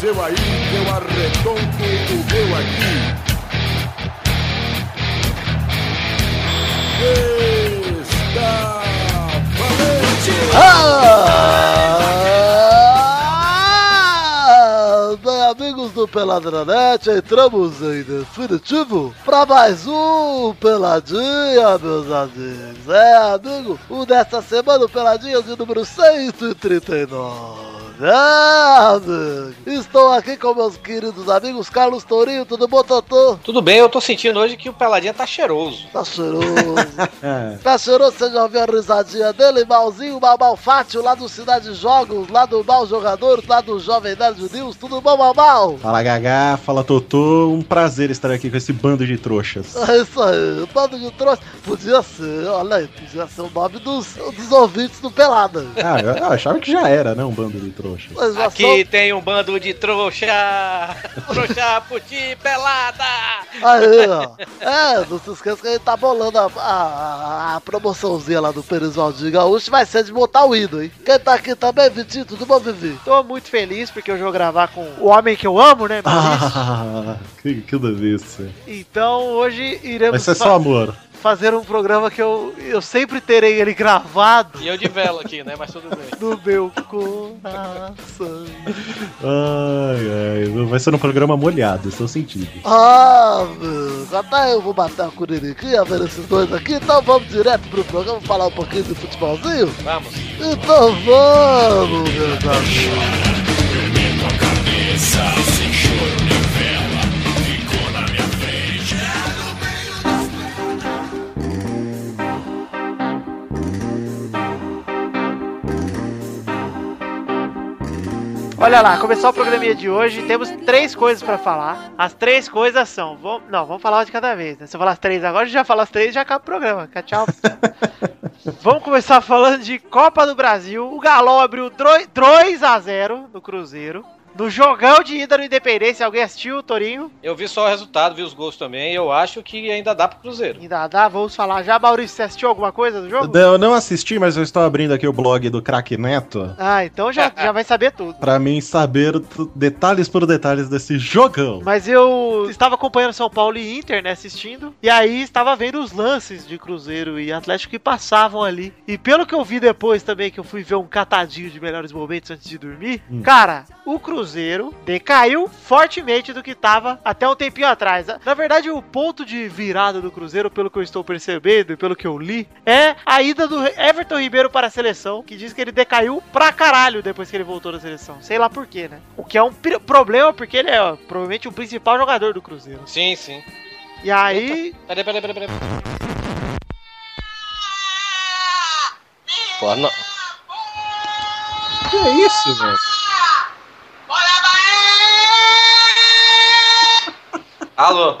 seu aí, eu arredonto o meu aqui. Está valente! Ah! Bem, amigos do Peladranet, entramos em definitivo para mais um Peladinha, meus amigos. É, amigo, o dessa semana, o Peladinha de número 139. Ah, amigo. Estou aqui com meus queridos amigos Carlos Tourinho, tudo bom, Totô? Tudo bem, eu tô sentindo hoje que o Peladinha tá cheiroso. Tá cheiroso. É. tá cheiroso, você já ouviu a risadinha dele? Malzinho, mal, malfátio, lá do Cidade Jogos, lá do Mal Jogador, lá do Jovem Nerd News. Tudo bom, mal, mal? Fala Gagá, fala Totô, um prazer estar aqui com esse bando de trouxas. É isso aí, bando de trouxa. Podia ser, olha aí, podia ser o nome dos, dos ouvintes do Pelada. Ah, eu, eu achava que já era, né? Um bando de trouxas. Mas já Aqui tem um bando de trouxa, trouxa puti pelada. são- Aí, ó. É, não se esqueça que a gente tá bolando a, a, a promoçãozinha lá do Pênis Valdir Gaúcho. Vai ser de montar o ídolo, hein? Quem tá aqui também, Vitinho? Tudo bom, Vivi? Tô muito feliz porque hoje eu vou gravar com o homem que eu amo, né? Maurício? Ah, que, que delícia. Então hoje Vai iremos ser fa- só amor. fazer um programa que eu, eu sempre terei ele gravado E eu de vela aqui, né? Mas tudo bem. no meu coração. Ai, ai, vai ser um programa molhado, esse é o sentido. Ah, meu, até eu vou matar a cuririquinha vendo esses dois aqui, então vamos direto pro programa falar um pouquinho de futebolzinho? Vamos. Então vamos, meu amigos. Olha lá, começou o programinha de hoje. Temos três coisas pra falar. As três coisas são. Vom, não, vamos falar uma de cada vez, né? Se eu falar as três agora, a gente já fala as três e já acaba o programa. Cá, Tchau. vamos começar falando de Copa do Brasil. O Galol abriu 2x0 no Cruzeiro. No jogão de ida no Independência, alguém assistiu, Torinho? Eu vi só o resultado, vi os gols também. e Eu acho que ainda dá pro Cruzeiro. Ainda dá, vamos falar já. Maurício, você assistiu alguma coisa do jogo? Eu não assisti, mas eu estou abrindo aqui o blog do Crack Neto Ah, então já, já vai saber tudo. pra mim saber t- detalhes por detalhes desse jogão. Mas eu estava acompanhando São Paulo e Inter, né, assistindo. E aí estava vendo os lances de Cruzeiro e Atlético que passavam ali. E pelo que eu vi depois também, que eu fui ver um catadinho de melhores momentos antes de dormir, Hum. cara, o Cruzeiro decaiu fortemente do que tava até um tempinho atrás. Na verdade, o ponto de virada do Cruzeiro, pelo que eu estou percebendo e pelo que eu li, é a ida do Everton Ribeiro para a seleção, que diz que ele decaiu pra caralho depois que ele voltou da seleção. Sei lá por quê, né? O que é um pri- problema, porque ele é ó, provavelmente o principal jogador do Cruzeiro. Sim, sim. E aí. Peraí, peraí, peraí, peraí. Pô, não. que é isso, velho? Alô?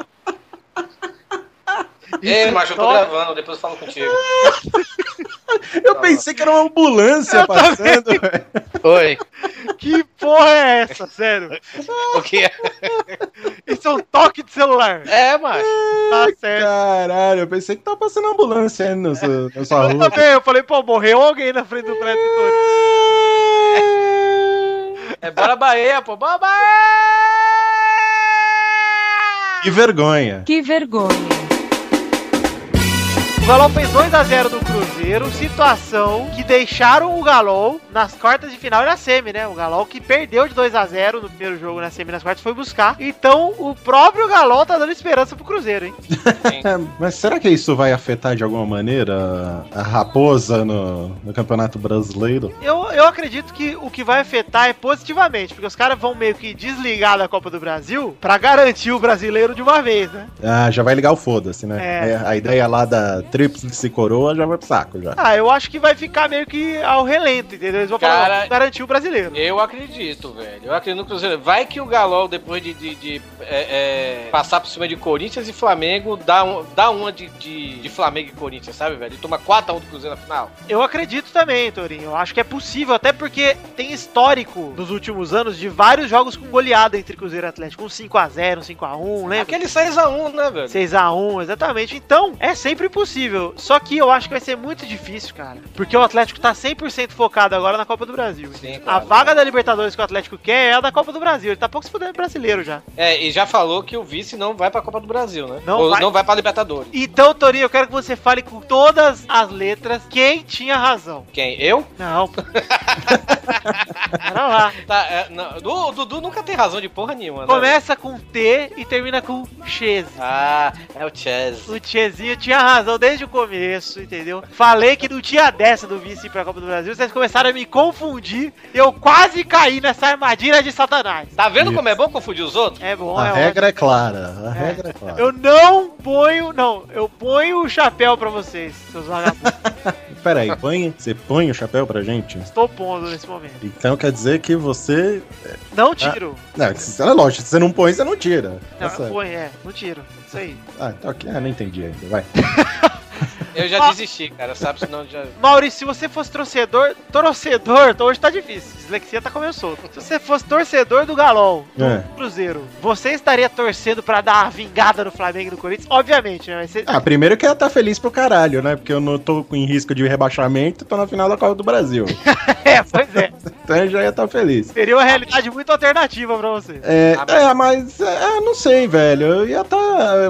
Ei, Isso macho, eu tô só- gravando, depois eu falo contigo. Eu pensei que era uma ambulância passando, velho. Oi. Que porra é essa, sério? O que é? Isso é um toque de celular. É, macho. Tá certo. Caralho, eu pensei que tava passando ambulância aí na sua, na sua Eu rua. também, eu falei, pô, morreu alguém na frente do prédio do Torinho. É bora Bahia, pô. Bora Bahia! Que vergonha. Que vergonha. O Galol fez 2x0 no Cruzeiro, situação que deixaram o Galol nas quartas de final e na semi, né? O Galol que perdeu de 2x0 no primeiro jogo na semi nas quartas foi buscar. Então o próprio Galol tá dando esperança pro Cruzeiro, hein? É, mas será que isso vai afetar de alguma maneira a raposa no, no Campeonato Brasileiro? Eu, eu acredito que o que vai afetar é positivamente, porque os caras vão meio que desligar da Copa do Brasil pra garantir o brasileiro de uma vez, né? Ah, já vai ligar o foda-se, né? É. É, a ideia lá da tríplice coroa já vai pro saco já. Ah, eu acho que vai ficar meio que ao relento, entendeu? Eles vão Cara- falar, "Não, garantir o brasileiro. Eu acredito, velho. Eu acredito no Cruzeiro. Vai que o Galol, depois de, de- de, é, é, passar por cima de Corinthians e Flamengo, dá, um, dá uma de, de- de Flamengo e Corinthians, sabe, velho? E toma 4x1 do Cruzeiro na final. Eu acredito também, Torinho. Eu acho que é possível, até porque tem histórico nos últimos anos de vários jogos com goleada entre Cruzeiro e Atlético. Um 5x0, um 5x1, lembra? Aquele 6x1, né, velho? 6x1, exatamente. Então, é sempre possível. Só que eu acho que vai ser muito difícil, cara. Porque o Atlético tá 100% focado agora na Copa do Brasil. Sim, A claro. vaga da Libertadores que o Atlético quer é a da Copa do Brasil. Ele tá pouco se fudendo brasileiro já. É, e já falou que o vice não vai pra Copa do Brasil, né? Não Ou vai. não vai pra Libertadores. Então, Torinho, eu quero que você fale com todas as letras quem tinha razão. Quem? Eu? Não. Pera lá. Tá, é, não, o Dudu nunca tem razão de porra nenhuma, né? Começa com T e termina com Chese. Ah, é o Chess. O Tchezinho tinha razão desde o começo, entendeu? Falei que não tinha dessa do vice ir pra Copa do Brasil, vocês começaram a me confundir, eu quase caí nessa armadilha de Satanás. Tá vendo Isso. como é bom confundir os outros? É bom, A é regra é clara. A É. regra é ótimo. clara. Eu não ponho, não, eu ponho o chapéu pra vocês, seus vagabundos. Pera aí, põe, você põe o chapéu pra gente? Estou pondo nesse momento. Então quer dizer que você. Ah, Não tiro. Não, isso é lógico, se você não põe, você não tira. Tá Não, eu certo. ponho, é, não tiro. Isso aí. Ah, tá ok. Ah, não entendi ainda. Vai. Eu já Ah. desisti, cara, sabe? Senão já. Maurício, se você fosse torcedor, torcedor, hoje tá difícil, dislexia tá começou. Se você fosse torcedor do Galol, do É. Cruzeiro, você estaria torcendo pra dar uma vingada no Flamengo e no Corinthians? Obviamente, né? Mas você- Ah, primeiro que eu ia estar feliz pro caralho, né? Porque eu não tô em risco de rebaixamento, tô na final da Copa do Brasil. É, pois é. Então eu já ia estar feliz. Seria uma realidade muito alternativa pra você. É, Ah, é, mas é, não sei, velho. Eu ia estar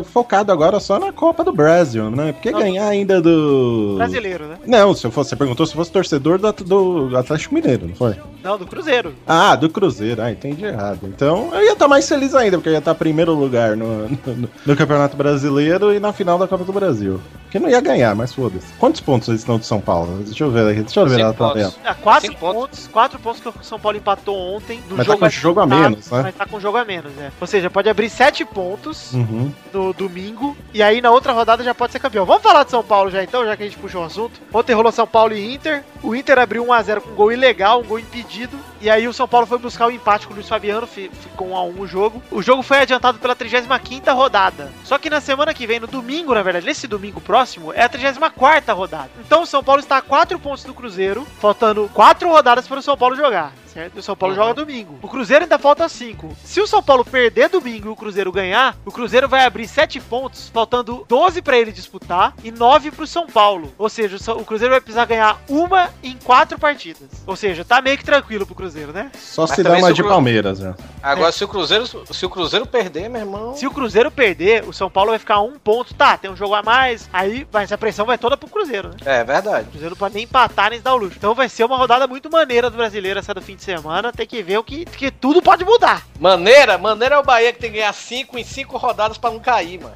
focado agora só na Copa do Brasil, né? Porque Não. ganhar ainda do. Brasileiro, né? Não, se eu fosse, você perguntou se eu fosse torcedor do, At- do Atlético Mineiro, não foi? Não, do Cruzeiro. Ah, do Cruzeiro, ah, entendi errado. Então eu ia estar mais feliz ainda, porque eu ia estar primeiro lugar no, no- no Campeonato Brasileiro e na final da Copa do Brasil. Que não ia ganhar, mas foda-se. Quantos pontos eles estão do São Paulo? Deixa eu ver aqui, deixa eu ver Cinco na tabela. pontos. Ah, quatro Cinco pontos. pontos. Quatro pontos que o São Paulo empatou ontem. Do Mas tá com jogo a disputado, menos, né? Mas tá com jogo a menos, né? Ou seja, pode abrir sete pontos Uhum. no domingo. E aí na outra rodada já pode ser campeão. Vamos falar de São Paulo já então, já que a gente puxou o assunto. Ontem rolou São Paulo e Inter. O Inter abriu 1x0 com um gol ilegal, um gol impedido. E aí o São Paulo foi buscar o empate com o Luiz Fabiano, fi- ficou 1x1 o jogo. O jogo foi adiantado pela 35 rodada. Só que na semana que vem, no domingo, na verdade, nesse domingo próximo, é a 34 rodada. Então o São Paulo está a 4 pontos do Cruzeiro, faltando 4 rodadas para o São Paulo jogar. Certo? E O São Paulo Uhum. joga domingo. O Cruzeiro ainda falta 5. Se o São Paulo perder domingo e o Cruzeiro ganhar, o Cruzeiro vai abrir 7 pontos, faltando 12 para ele disputar e 9 pro São Paulo. Ou seja, o São- o Cruzeiro vai precisar ganhar uma em 4 partidas. Ou seja, tá meio que tranquilo pro Cruzeiro, né? Só Mas se dá também uma se o de Cru- Palmeiras, né? Agora, se o Cruzeiro, se o Cruzeiro perder, meu irmão. Se o Cruzeiro perder, o São Paulo vai ficar a um ponto, tá, tem um jogo a mais, aí mas a pressão vai toda pro Cruzeiro, né? É verdade. O Cruzeiro não pode nem empatar nem se dar o luxo. Então vai ser uma rodada muito maneira do brasileiro essa do fim de semana. Tem que ver o que, que tudo pode mudar. Maneira, maneira é o Bahia que tem que ganhar 5 em 5 rodadas pra não cair, mano.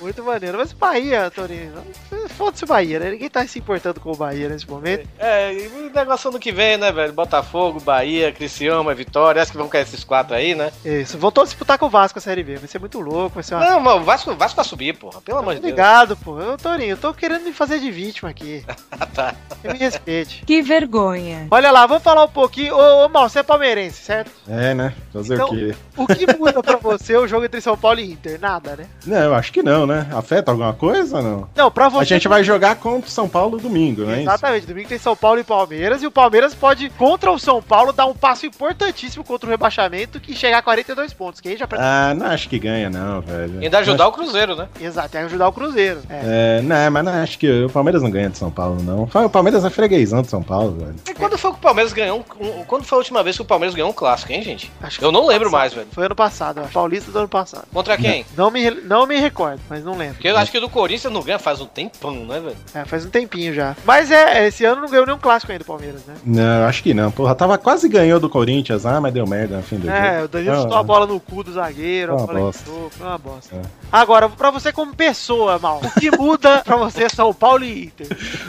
Muito maneiro. Mas o Bahia, Torinho, foda-se o Bahia, né? Ninguém tá se importando com o Bahia nesse momento. É, e o negócio ano que vem, né, velho? Botafogo, Bahia, Criciúma, Vitória, acho que vão cair esses quatro aí, né? É isso. Voltou a disputar com o Vasco a Série B. Vai ser muito louco, vai ser uma. Não, mano, o Vasco, o Vasco vai subir, porra. Pelo amor de Deus. Obrigado, pô. Eu, Torinho, eu tô querendo me fazer de vítima aqui. Ah, tá. Você me respeite. Que vergonha. Olha lá, vamos falar um pouquinho. Ô, ô Mal, você é palmeirense, certo? É, né? Fazer Então- o quê? O que muda pra você é o jogo entre São Paulo e Inter? Nada, né? Não, eu acho que não, né? Afeta alguma coisa ou não? Não, pra você. A gente vai jogar contra o São Paulo domingo, né? Exatamente, domingo tem São Paulo e Palmeiras, e o Palmeiras pode, contra o São Paulo, dar um passo importantíssimo contra o rebaixamento, que chegar a 42 pontos, que aí já... Pra... Ah, não acho que ganha, não, velho. Ainda ajudar o Cruzeiro, né? Exato, é ajudar o Cruzeiro. É. É, não, mas não, acho que o Palmeiras não ganha de São Paulo, não. O Palmeiras é freguesão de São Paulo, velho. E quando foi que o Palmeiras ganhou um, um- Quando foi a última vez que o Palmeiras ganhou um clássico, hein, gente? É. Acho que Eu não lembro passado. mais, velho. Foi ano passado, eu acho. Paulista do ano passado. Contra quem? Não me, re- não me recordo, mas não lembro. Porque eu acho que o do Corinthians não ganha faz um tempão, né, velho? É, faz um tempinho já. Mas é, esse ano não ganhou nenhum clássico ainda o Palmeiras, né? Não, acho que não. Porra, tava quase ganhou do Corinthians, ah, mas deu merda no fim do jogo. É, o Danilo Ah, chutou a bola no cu do zagueiro, a Foi uma bola bosta. entrou, foi uma bosta. É. Agora, pra você como pessoa, Mal, o que muda pra você São Paulo e Inter?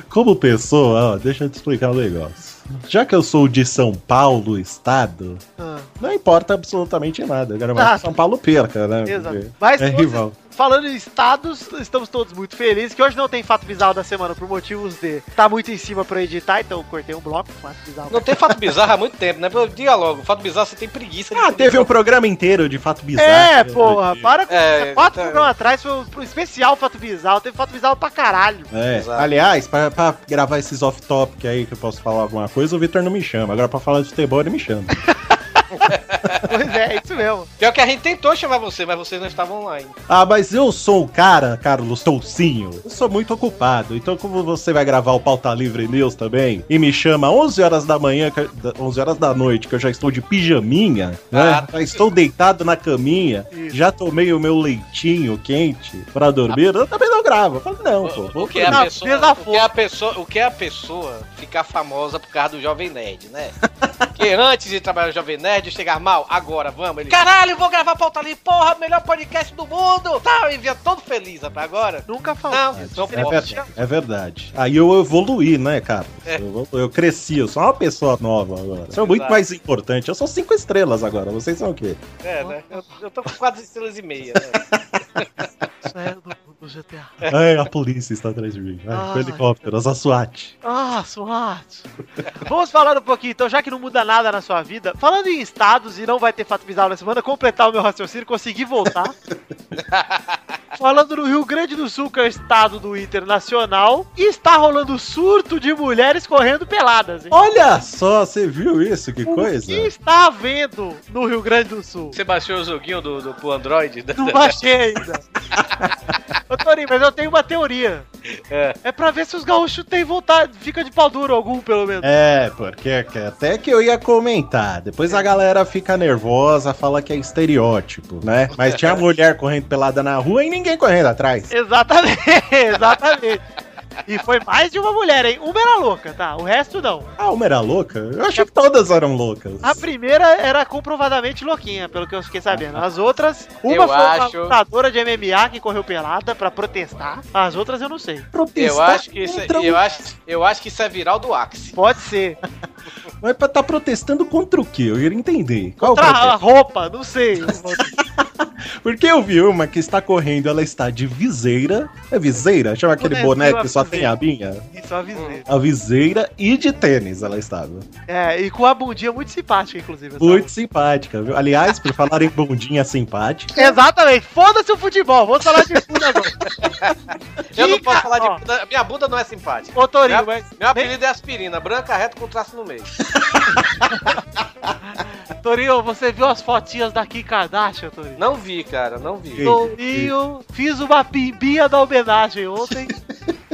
Como pessoa, ó, deixa eu te explicar o negócio. Já que eu sou de São Paulo, estado, Ah. não importa absolutamente nada. Eu quero mais Tá. que São Paulo perca, né? Exato. Porque Mas É todos- rival. falando em estados, estamos todos muito felizes. Que hoje não tem fato bizarro da semana por motivos de tá muito em cima pra eu editar, então eu cortei um bloco. Fato bizarro. Não tem fato bizarro há muito tempo, né? Pô, Diga logo, fato bizarro você tem preguiça de Ah, publicar. teve um programa inteiro de fato bizarro. né? é, porra, para com É, isso. Quatro tá- programas atrás foi um especial fato bizarro. Teve fato bizarro pra caralho. É. Exato. Aliás, pra, pra gravar esses off-topic aí que eu posso falar alguma coisa, o Vitor não me chama. Agora pra falar de futebol ele me chama. Pois é, isso mesmo. Pior que a gente tentou chamar você, mas vocês não estavam online. Ah, mas eu sou o cara, Carlos Toucinho. Eu sou muito ocupado. Então, como você vai gravar o Pauta Livre News também e me chama 11 horas da manhã, que eu- da- 11 horas da noite, que eu já estou de pijaminha, né? Ah. Já estou deitado na caminha, Isso. já tomei o meu leitinho quente pra dormir, eu também não gravo. Eu falo, não, pô. O, vou o que é Na a dormir. Vila pessoa, o que é a pessoa, o que é a pessoa ficar famosa por causa do Jovem Nerd, né? Porque antes de trabalhar no Jovem Nerd, eu chegar mal, agora vamos. Ele, Caralho, vou gravar pauta ali, porra, melhor podcast do mundo. Tá, e vinha todo feliz até agora. Nunca falou. Não, não É posso. verdade, é verdade. Aí eu evoluí, né, cara? É. Eu, evolu- eu cresci, eu sou uma pessoa nova agora. Sou muito Exato. mais importante. Eu sou cinco estrelas agora. Vocês são o quê? É, né? Eu, eu tô com quatro estrelas e meia, né? Isso é do, do GTA. Ai, a polícia está atrás de mim. Ah, Ai, com Ai. helicópteros, a SWAT. Ah, SWAT. Vamos falar um pouquinho, então, já que não muda nada na sua vida, falando em estados e não vai ter fato bizarro na semana, completar o meu raciocínio, consegui voltar. falando no Rio Grande do Sul, que é o estado do internacional, e está rolando surto de mulheres correndo peladas, hein? Olha só, você viu isso? Que O coisa? que está havendo no Rio Grande do Sul? Você baixou o joguinho do, do, pro Android? Não baixei ainda. Ô, Torinho, mas eu tenho uma teoria. É. É pra ver se os gaúchos têm vontade, fica de pau duro algum, pelo menos. É, porque que- até que eu ia comentar. Depois a galera fica nervosa, fala que é estereótipo, né? Mas tinha mulher correndo pelada na rua e ninguém correndo atrás. É. Exatamente, exatamente. E foi mais de uma mulher, hein? Uma era louca, tá? O resto não. Ah, uma era louca? Eu achei que todas eram loucas. A primeira era comprovadamente louquinha, pelo que eu fiquei sabendo. As outras, uma Eu foi uma acho- lutadora de MMA que correu pelada pra protestar. As outras eu não sei. Eu Protestar acho, que isso, é- contra eu, o- acho, eu acho que isso é viral do Axe. Pode ser. Mas pra tá protestando contra o quê? Eu queria entender. Qual é o Outra protesto? roupa, não sei. Porque eu vi uma que está correndo, ela está de viseira. É viseira? Chama aquele Bonezinho, boné a que só viseira. tem abinha? Isso eu avisei. A viseira e de tênis ela estava. É, e com a bundinha muito simpática, inclusive. essa Muito simpática, viu? Aliás, por falar em bundinha simpática. É. Exatamente. Foda-se o futebol. Vamos falar de bunda agora. Eu não Diga- posso falar ó. de bunda. Minha bunda não é simpática. Ô, Torinho, Meu, meu apelido é aspirina, branca, reta com traço no meio. Torinho, você viu as fotinhas da Kim Kardashian, Torinho? Não vi, cara, não vi. Ei. Torinho, fiz uma pimbinha da homenagem ontem.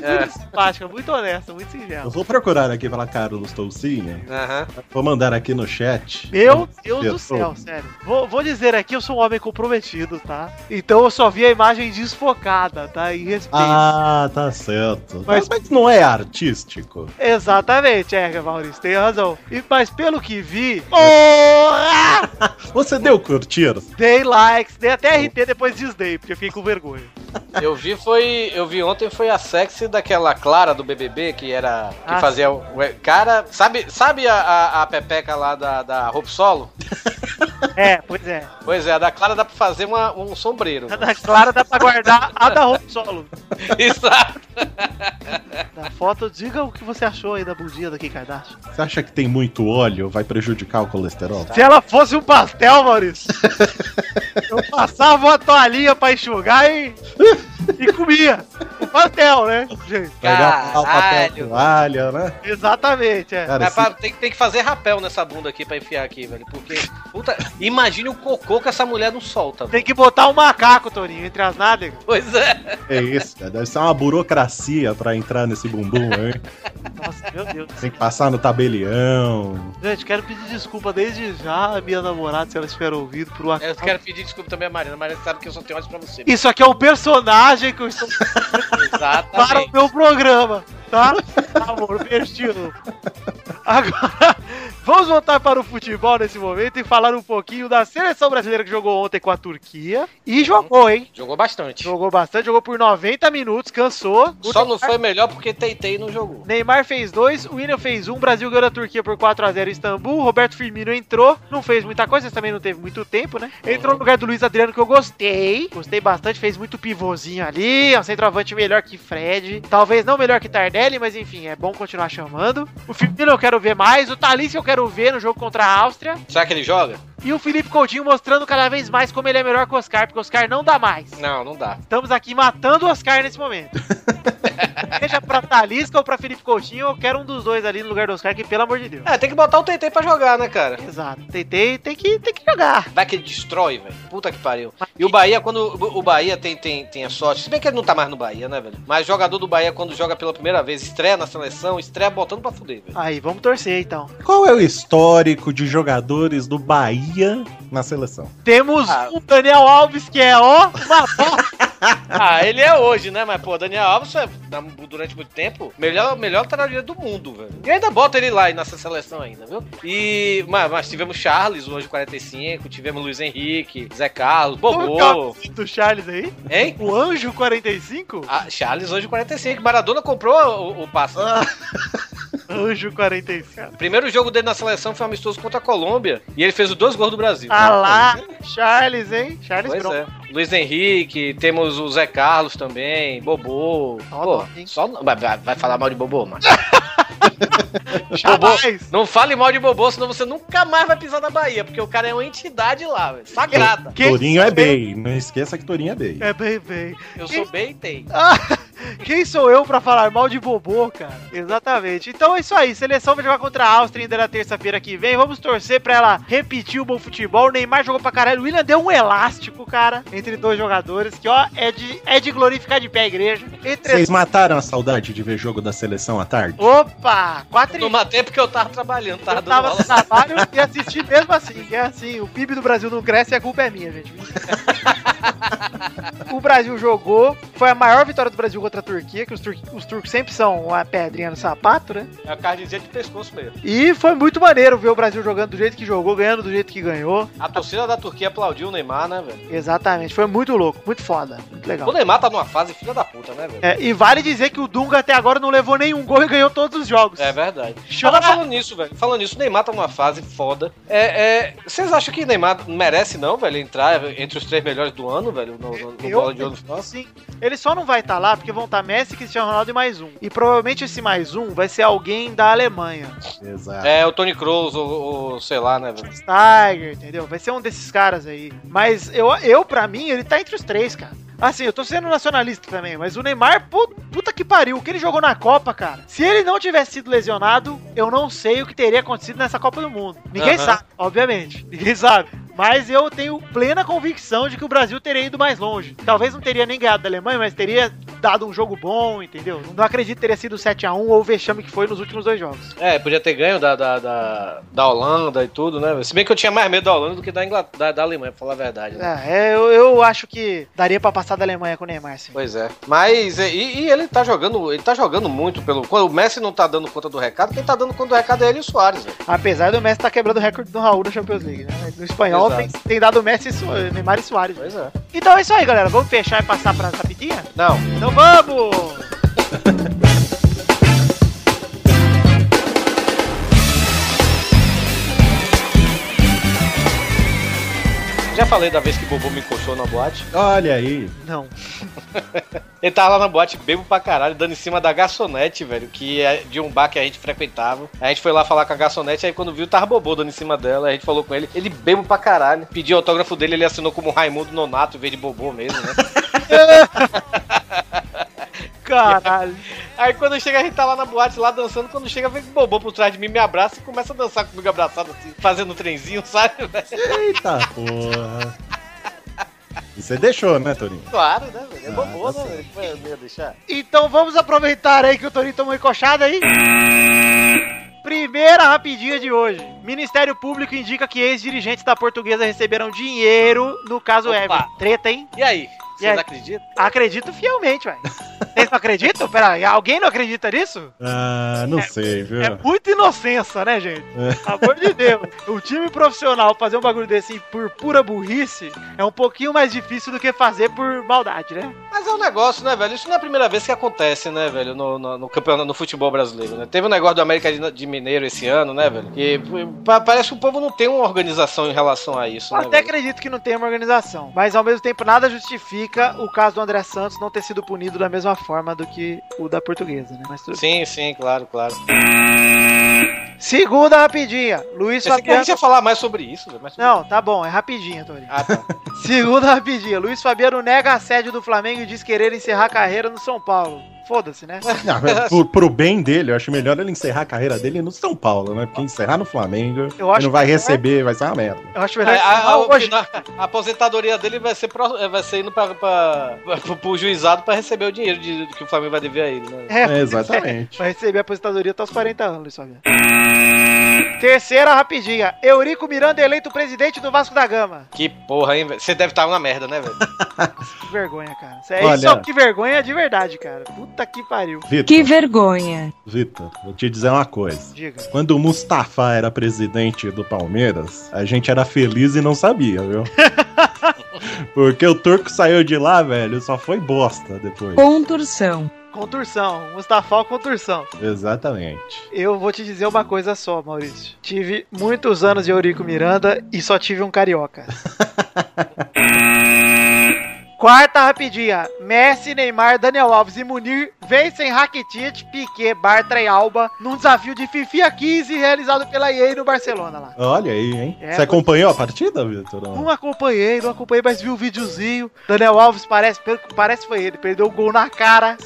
É. Muito simpática, muito honesta, muito Eu singela. vou procurar aqui pela Carlos Toucinha. Aham. Vou mandar aqui no chat. Meu Deus do Eu céu, tô- sério. Vou, vou dizer aqui, eu sou um homem comprometido, tá? Então eu só vi a imagem desfocada, tá? Em respeito. Ah, tá certo. Mas- Mas, mas não é artístico. Exatamente, é, Maurício, tem razão. E, mas pelo que vi. Porra! Você deu curtir? Dei likes, dei até RT, depois desdei, porque eu fiquei com vergonha. Eu vi foi. Eu vi ontem foi a sexy daquela Clara do BBB, que era. que Ah, fazia o. o- Cara, sabe, sabe a, a, a pepeca lá da, da Roupa Solo? É, pois é. Pois é, a da Clara dá pra fazer uma- um sombreiro. A da Clara dá pra guardar a da roupa solo. Exato. Na foto, diga o que você achou aí da bundinha da Kim Kardashian. Você acha que tem muito óleo? Vai prejudicar o colesterol? Se ela fosse um pastel, Maurício, eu passava uma toalhinha pra enxugar e, e comia. O pastel, né, gente? Pegar o papel Caralho. toalha, né? Exatamente, é. Cara, Mas, pá, esse- tem, tem que fazer rapel nessa bunda aqui pra enfiar aqui, velho. Porque. Puta, imagine o cocô que essa mulher não solta, velho. Tem que botar um macaco, Torinho, entre as nádegas. Pois é. é isso, cara. Deve ser uma burocracia pra entrar nesse bumbum, hein? Nossa, meu Deus. Tem que passar no tabelião. Gente, quero pedir desculpa desde já à minha namorada, se ela estiver ouvindo, por um É, Eu acaso. quero pedir desculpa também a Marina. A Marina sabe que eu só tenho ódio pra você. Isso aqui é um personagem que eu estou para o Exatamente. meu programa, tá? Amor, beijo de novo. Agora, vamos voltar para o futebol nesse momento e falar um pouquinho da seleção brasileira que jogou ontem com a Turquia. Uhum. E jogou, hein? Jogou bastante. Jogou bastante, jogou por 90 minutos, cansou. O Só não foi melhor porque Teitei não jogou. Neymar fez dois, o William fez um, o Brasil ganhou da Turquia por 4x0 em Istambul, Roberto Firmino entrou, não fez muita coisa, mas também não teve muito tempo, né? Entrou no lugar do Luiz Adriano, que eu gostei, gostei bastante, fez muito pivôzinho ali, é um centroavante melhor que Fred, talvez não melhor que Tardelli, mas enfim, é bom continuar chamando. O Firmino eu quero ver mais, o Thalys eu quero ver no jogo contra a Áustria, Será que ele joga? e o Felipe Coutinho mostrando cada vez mais como ele é melhor que o Oscar, porque o Oscar não dá mais. Não, não dá. Estamos aqui matando o Oscar nesse momento. Seja pra Talisca ou pra Felipe Coutinho, eu quero um dos dois ali no lugar do Oscar, que pelo amor de Deus. É, tem que botar o TT pra jogar, né, cara? Exato. Tentei, tem que, tem que jogar. Vai que ele destrói, velho. Puta que pariu. E o Bahia, quando. O o Bahia tem, tem, tem a sorte. Se bem que ele não tá mais no Bahia, né, velho? Mas jogador do Bahia, quando joga pela primeira vez, estreia na seleção, estreia botando pra fuder, velho. Aí, vamos torcer então. Qual é o histórico de jogadores do Bahia na seleção? Temos Ah. o Daniel Alves, que é ó, uma bosta. Ah, ele é hoje, né? Mas, pô, Daniel Alves, é, na- durante muito tempo, melhor, melhor trabalhador do mundo, velho. E ainda bota ele lá nessa seleção ainda, viu? E, mas, mas tivemos Charles, o Anjo 45, tivemos Luiz Henrique, Zé Carlos, Como que é o Bobô, apelido do Charles aí? hein? O Anjo 45? Ah, Charles, Anjo 45. Maradona comprou o, o passe. né? Anjo 45. O primeiro jogo dele na seleção foi amistoso contra a Colômbia e ele fez os dois gols do Brasil. Ah lá, Charles, hein? Charles Pois Bronco. é. Luiz Henrique, temos o Zé Carlos também, Bobô. Ó, Pô, top, hein? só não- vai, vai- vai falar mal de Bobô, mano. Bobô, Jamais. não fale mal de Bobô, senão você nunca mais vai pisar na Bahia, porque o cara é uma entidade lá, velho. Sagrada. Quem- Torinho é bem. Não esqueça que Torinho é bem. É bem, bem. Eu sou bem e tem. Ah, quem sou eu pra falar mal de bobô, cara? Exatamente. Então é isso aí. Seleção vai jogar contra a Áustria ainda na terça-feira que vem. Vamos torcer pra ela repetir o bom futebol. O Neymar jogou pra caralho. O William deu um elástico, cara, entre dois jogadores, que ó, é de, é de glorificar de pé a igreja. Entre... Vocês mataram a saudade de ver jogo da seleção à tarde? Opa! Eu 4 não e... matei porque eu tava trabalhando, tava Eu dando tava aula. no trabalho e assisti mesmo assim. que É assim, o PIB do Brasil não cresce e a culpa é minha, gente. o Brasil jogou, foi a maior vitória do Brasil contra a Turquia, que os, tur- os turcos sempre são uma pedrinha no sapato, né? É a cardinha de pescoço mesmo. E foi muito maneiro ver o Brasil jogando do jeito que jogou, ganhando do jeito que ganhou. A torcida da Turquia aplaudiu o Neymar, né, velho? Exatamente, foi muito louco, muito foda, muito O legal. Neymar tá numa fase filha da puta, né, velho? É, e vale dizer que o Dunga até agora não levou nenhum gol e ganhou todos os jogos. É verdade. Chora- Agora falando nisso, velho. Falando nisso, o Neymar tá numa fase foda. É, é, vocês acham que o Neymar merece, não, velho, entrar entre os três melhores do ano, velho, no, no, no Eu- Bola de Ouro? Sim. Ele só não vai estar lá porque vão estar Messi, Cristiano Ronaldo e mais um. E provavelmente esse mais um vai ser alguém da Alemanha. Exato. É, o Tony Kroos, ou, ou sei lá, né, velho? Tiger, entendeu? Vai ser um desses caras aí. Mas eu, eu pra mim, ele tá entre os três, cara. Assim, eu tô sendo nacionalista também, mas o Neymar, pu- puta que pariu, o que ele jogou na Copa, cara. Se ele não tivesse sido lesionado, eu não sei o que teria acontecido nessa Copa do Mundo. Ninguém Aham. sabe, obviamente. Ninguém sabe. Mas eu tenho plena convicção de que o Brasil teria ido mais longe. Talvez não teria nem ganhado da Alemanha, mas teria dado um jogo bom, entendeu? Não acredito que teria sido 7x1 ou o vexame que foi nos últimos dois jogos. É, podia ter ganho da, da, da, da Holanda e tudo, né? velho? Se bem que eu tinha mais medo da Holanda do que da, Inglaterra, da, da Alemanha, pra falar a verdade. Né? É, eu, eu acho que daria pra passar da Alemanha com o Neymar, sim. Pois é. Mas e, e ele tá jogando, ele tá jogando muito pelo. Quando o Messi não tá dando conta do recado, quem tá dando conta do recado é ele e o Soares, velho. Apesar do Messi estar quebrando o recorde do Raul na Champions League, né? Mas No espanhol tem, Exato. tem dado Messi, e Su- Neymar e Soares. Pois é. Então é isso aí, galera. Vamos fechar e passar pra rapidinha? Não. Então vamos! Já falei da vez que o Bobo me encoxou na boate. É. Olha aí. Não. Ele tava lá na boate bebo pra caralho, dando em cima da garçonete, velho, que é de um bar que a gente frequentava. A gente foi lá falar com a garçonete, aí quando viu, tava bobô dando em cima dela. A gente falou com ele, ele bebo pra caralho. Pediu o autógrafo dele, ele assinou como Raimundo Nonato, em vez de bobô mesmo, né? Caralho. aí quando chega, a gente tá lá na boate, lá dançando. Quando chega, vem com o bobô por trás de mim, me abraça e começa a dançar comigo abraçado, assim, fazendo um trenzinho, sabe? velho? Eita porra. E Você deixou, né, Torinho? Claro, né, velho? É Ah, bobô, tá né, velho? Como é que eu ia deixar? Então vamos aproveitar aí que o Torinho tomou encoxada aí. Primeira rapidinha de hoje. Ministério Público indica que ex-dirigentes da portuguesa receberam dinheiro no caso Opa. Ever. Treta, hein? E aí? E aí? Vocês acreditam? Acredito fielmente, velho. Vocês não acreditam? Peraí, alguém não acredita nisso? Ah, não sei, viu? É muita inocência, né, gente? É. Pelo amor de Deus. O time profissional fazer um bagulho desse por pura burrice é um pouquinho mais difícil do que fazer por maldade, né? Mas é um negócio, né, velho? Isso não é a primeira vez que acontece, né, velho, no, no, no campeonato, no futebol brasileiro, né? Teve um negócio do América de, de Mineiro esse ano, né, velho? Que pa- parece que o povo não tem uma organização em relação a isso, Eu né? até velho? acredito que não tem uma organização. Mas ao mesmo tempo, nada justifica o caso do André Santos não ter sido punido da mesma forma do que o da portuguesa, né? Mas tudo Sim, bem. sim, claro, claro. Segunda rapidinha. Pensei Luiz que a Fabiano. gente ia falar mais sobre isso, velho. mas- Não, tá bom, é rapidinha, Tori. Ah, tá. Segunda rapidinha. Luiz Fabiano nega assédio do Flamengo e diz querer encerrar a carreira no São Paulo. foda-se, né? Ah, pro, pro bem dele, eu acho melhor ele encerrar a carreira dele no São Paulo, né? Porque encerrar no Flamengo, Eu acho ele não vai que- é. receber, vai ser uma merda. Eu acho A, melhor É, a- encerrar a- Ah, hoje. a aposentadoria dele vai ser, pró- eh, vai ser indo pra, pra, pra- pro juizado pra receber o dinheiro de- que o Flamengo vai dever a ele, né? É, É, exatamente. Vai receber a aposentadoria até os 40 anos, Luiz Fabiano. Terceira rapidinha. Eurico Miranda eleito presidente do Vasco da Gama. Que porra, hein, velho? Você deve estar uma merda, né, velho? Que vergonha, cara. Isso é Olha. isso é o que vergonha de verdade, cara. Puta que pariu. Vitor, Que vergonha. Vitor, vou te dizer uma coisa. Diga. Quando o Mustafa era presidente do Palmeiras, a gente era feliz e não sabia, viu? Porque o turco saiu de lá, velho, só foi bosta depois. Contorção. Conturção. Mustafal Conturção. Exatamente. Eu vou te dizer uma coisa só, Maurício. Tive muitos anos de Eurico Miranda e só tive um carioca. Quarta rapidinha. Messi, Neymar, Daniel Alves e Munir vencem Rakitic, Piquet, Bartra e Alba num desafio de FIFA 15 realizado pela EA no Barcelona lá. Olha aí, hein? É, Você acompanhou a partida, Vitor? Não acompanhei, não acompanhei, mas vi o videozinho. Daniel Alves parece, pelo que parece foi ele, perdeu o gol na cara.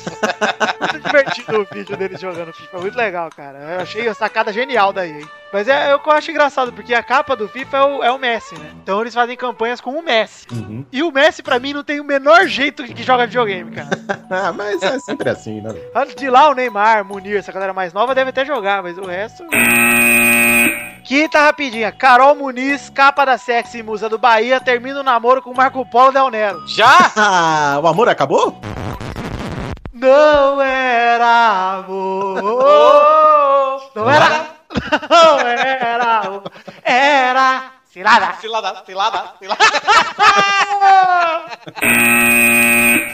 muito divertido o vídeo dele jogando FIFA, muito legal, cara. Eu achei a sacada genial daí, hein? Mas é, é o que eu acho engraçado, porque a capa do FIFA é o, é o Messi, né? Então eles fazem campanhas com o Messi. Uhum. E o Messi, pra mim, não tem o menor jeito de que joga videogame, cara. Ah, mas é sempre assim, né? velho? Antes de lá, o Neymar, Munir, essa galera mais nova deve até jogar, mas o resto. Quinta rapidinha. Carol Muniz, capa da sexy musa do Bahia, termina o namoro com Marco Polo Del Nero. Já? Ah, o amor acabou? Não era amor. Não era. Não era amor. Era. Cilada. Cilada, cilada, cilada.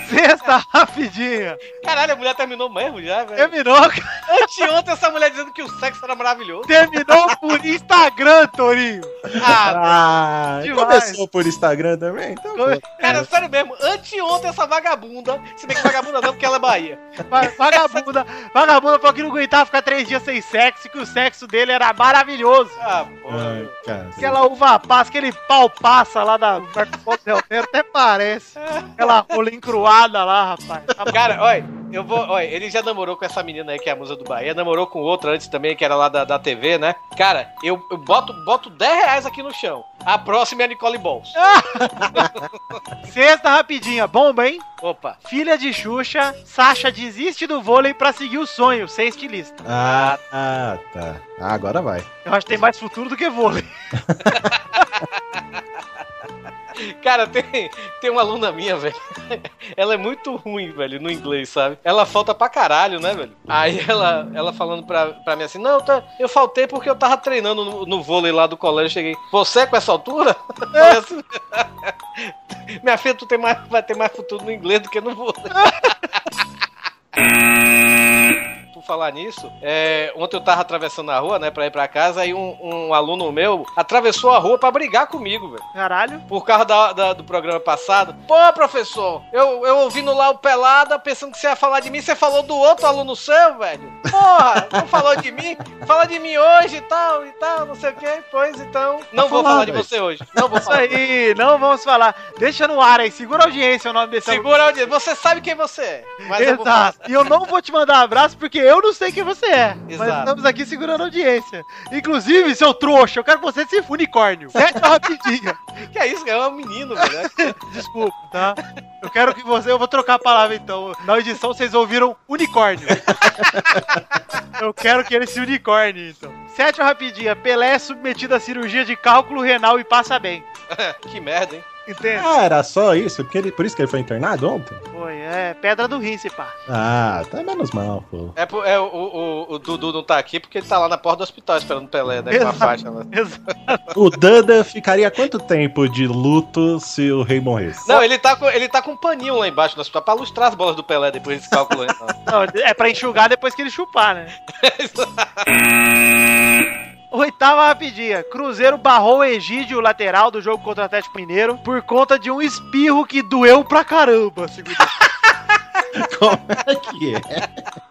Sexta rapidinha. Caralho, a mulher terminou mesmo já, velho. Terminou, cara. Anteontem essa mulher dizendo que o sexo era maravilhoso. terminou por Instagram, Torinho. Ah, Ah, demais. começou por Instagram também? Então, Come- pô. cara, sério mesmo. Anteontem essa vagabunda, se bem que vagabunda não, porque ela é Bahia. Va- Vagabunda, vagabunda falou que não aguentava ficar três dias sem sexo, que o sexo dele era maravilhoso. Ah, porra. Ai, cara. Aquela uva passa, aquele pau passa lá da Marco Polo Del Nero, até parece. Aquela rola encruada lá, rapaz. Tá- Ah, Cara, olha, eu vou. Olha, ele já namorou com essa menina aí que é a musa do Bahia, namorou com outra antes também, que era lá da, da TV, né? Cara, eu, eu boto, boto 10 reais aqui no chão. A próxima é a Nicole Balls. Sexta rapidinha, bomba, hein? Opa. Filha de Xuxa, Sasha desiste do vôlei pra seguir o sonho, ser estilista. Ah, ah, tá. Ah, agora vai. Eu acho que tem mais futuro do que vôlei. Cara, tem, tem uma aluna minha, velho. Ela é muito ruim, velho, no inglês, sabe? Ela falta pra caralho, né, velho? Aí ela, ela falando pra, pra mim assim: Não, tá, eu faltei porque eu tava treinando no, no vôlei lá do colégio. Cheguei, você é com essa altura? Eu falei assim, Minha filha, tu tem mais, vai ter mais futuro no inglês do que no vôlei. Por falar nisso, é, ontem eu tava atravessando a rua, né, pra ir pra casa, aí um, um aluno meu atravessou a rua pra brigar comigo, velho Caralho. por causa da- da- do programa passado. Pô, professor, eu, eu ouvindo lá o Pelada, pensando que você ia falar de mim, você falou do outro aluno seu, velho. Porra, não falou de mim? Fala de mim hoje e tal, e tal, não sei o quê. Pois Tá então, não vou falar, falar de velho. você hoje. Não vou Isso falar. aí, não vamos falar. Deixa no ar aí, segura a audiência é o nome desse aluno. Segura a audiência, você sabe quem você é. Mas eu vou falar. Exato. E eu não vou te mandar abraço porque eu não sei quem você é. Mas Exato. estamos aqui segurando a audiência. Inclusive, seu trouxa, eu quero que você se unicórnio. Sétima rapidinha. Que é isso, cara? É um menino, velho. Desculpa, tá? Eu quero que você. Eu vou trocar a palavra então. Na edição vocês ouviram unicórnio. Eu quero que ele se unicórnio, então. Sétima rapidinha. Pelé é submetido a cirurgia de cálculo renal e passa bem. É Que merda, hein? Entende? Ah, era só isso? Porque ele, por isso que ele foi internado ontem? Foi, é pedra do rim, se pá. Ah, tá menos mal, pô. É, por- é, o, o- o Dudu não tá aqui porque ele tá lá na porta do hospital esperando o Pelé, né? Com a Exato. faixa lá. Exato. O Danda ficaria quanto tempo de luto se o rei morresse? Não, ele tá, com, ele tá com um paninho lá embaixo do hospital pra lustrar as bolas do Pelé depois desse cálculo. aí, não. Não, é pra enxugar depois que ele chupar, né? Oitava rapidinha. Cruzeiro barrou o Egídio lateral do jogo contra o Atlético Mineiro por conta de um espirro que doeu pra caramba, segundo Como é que é?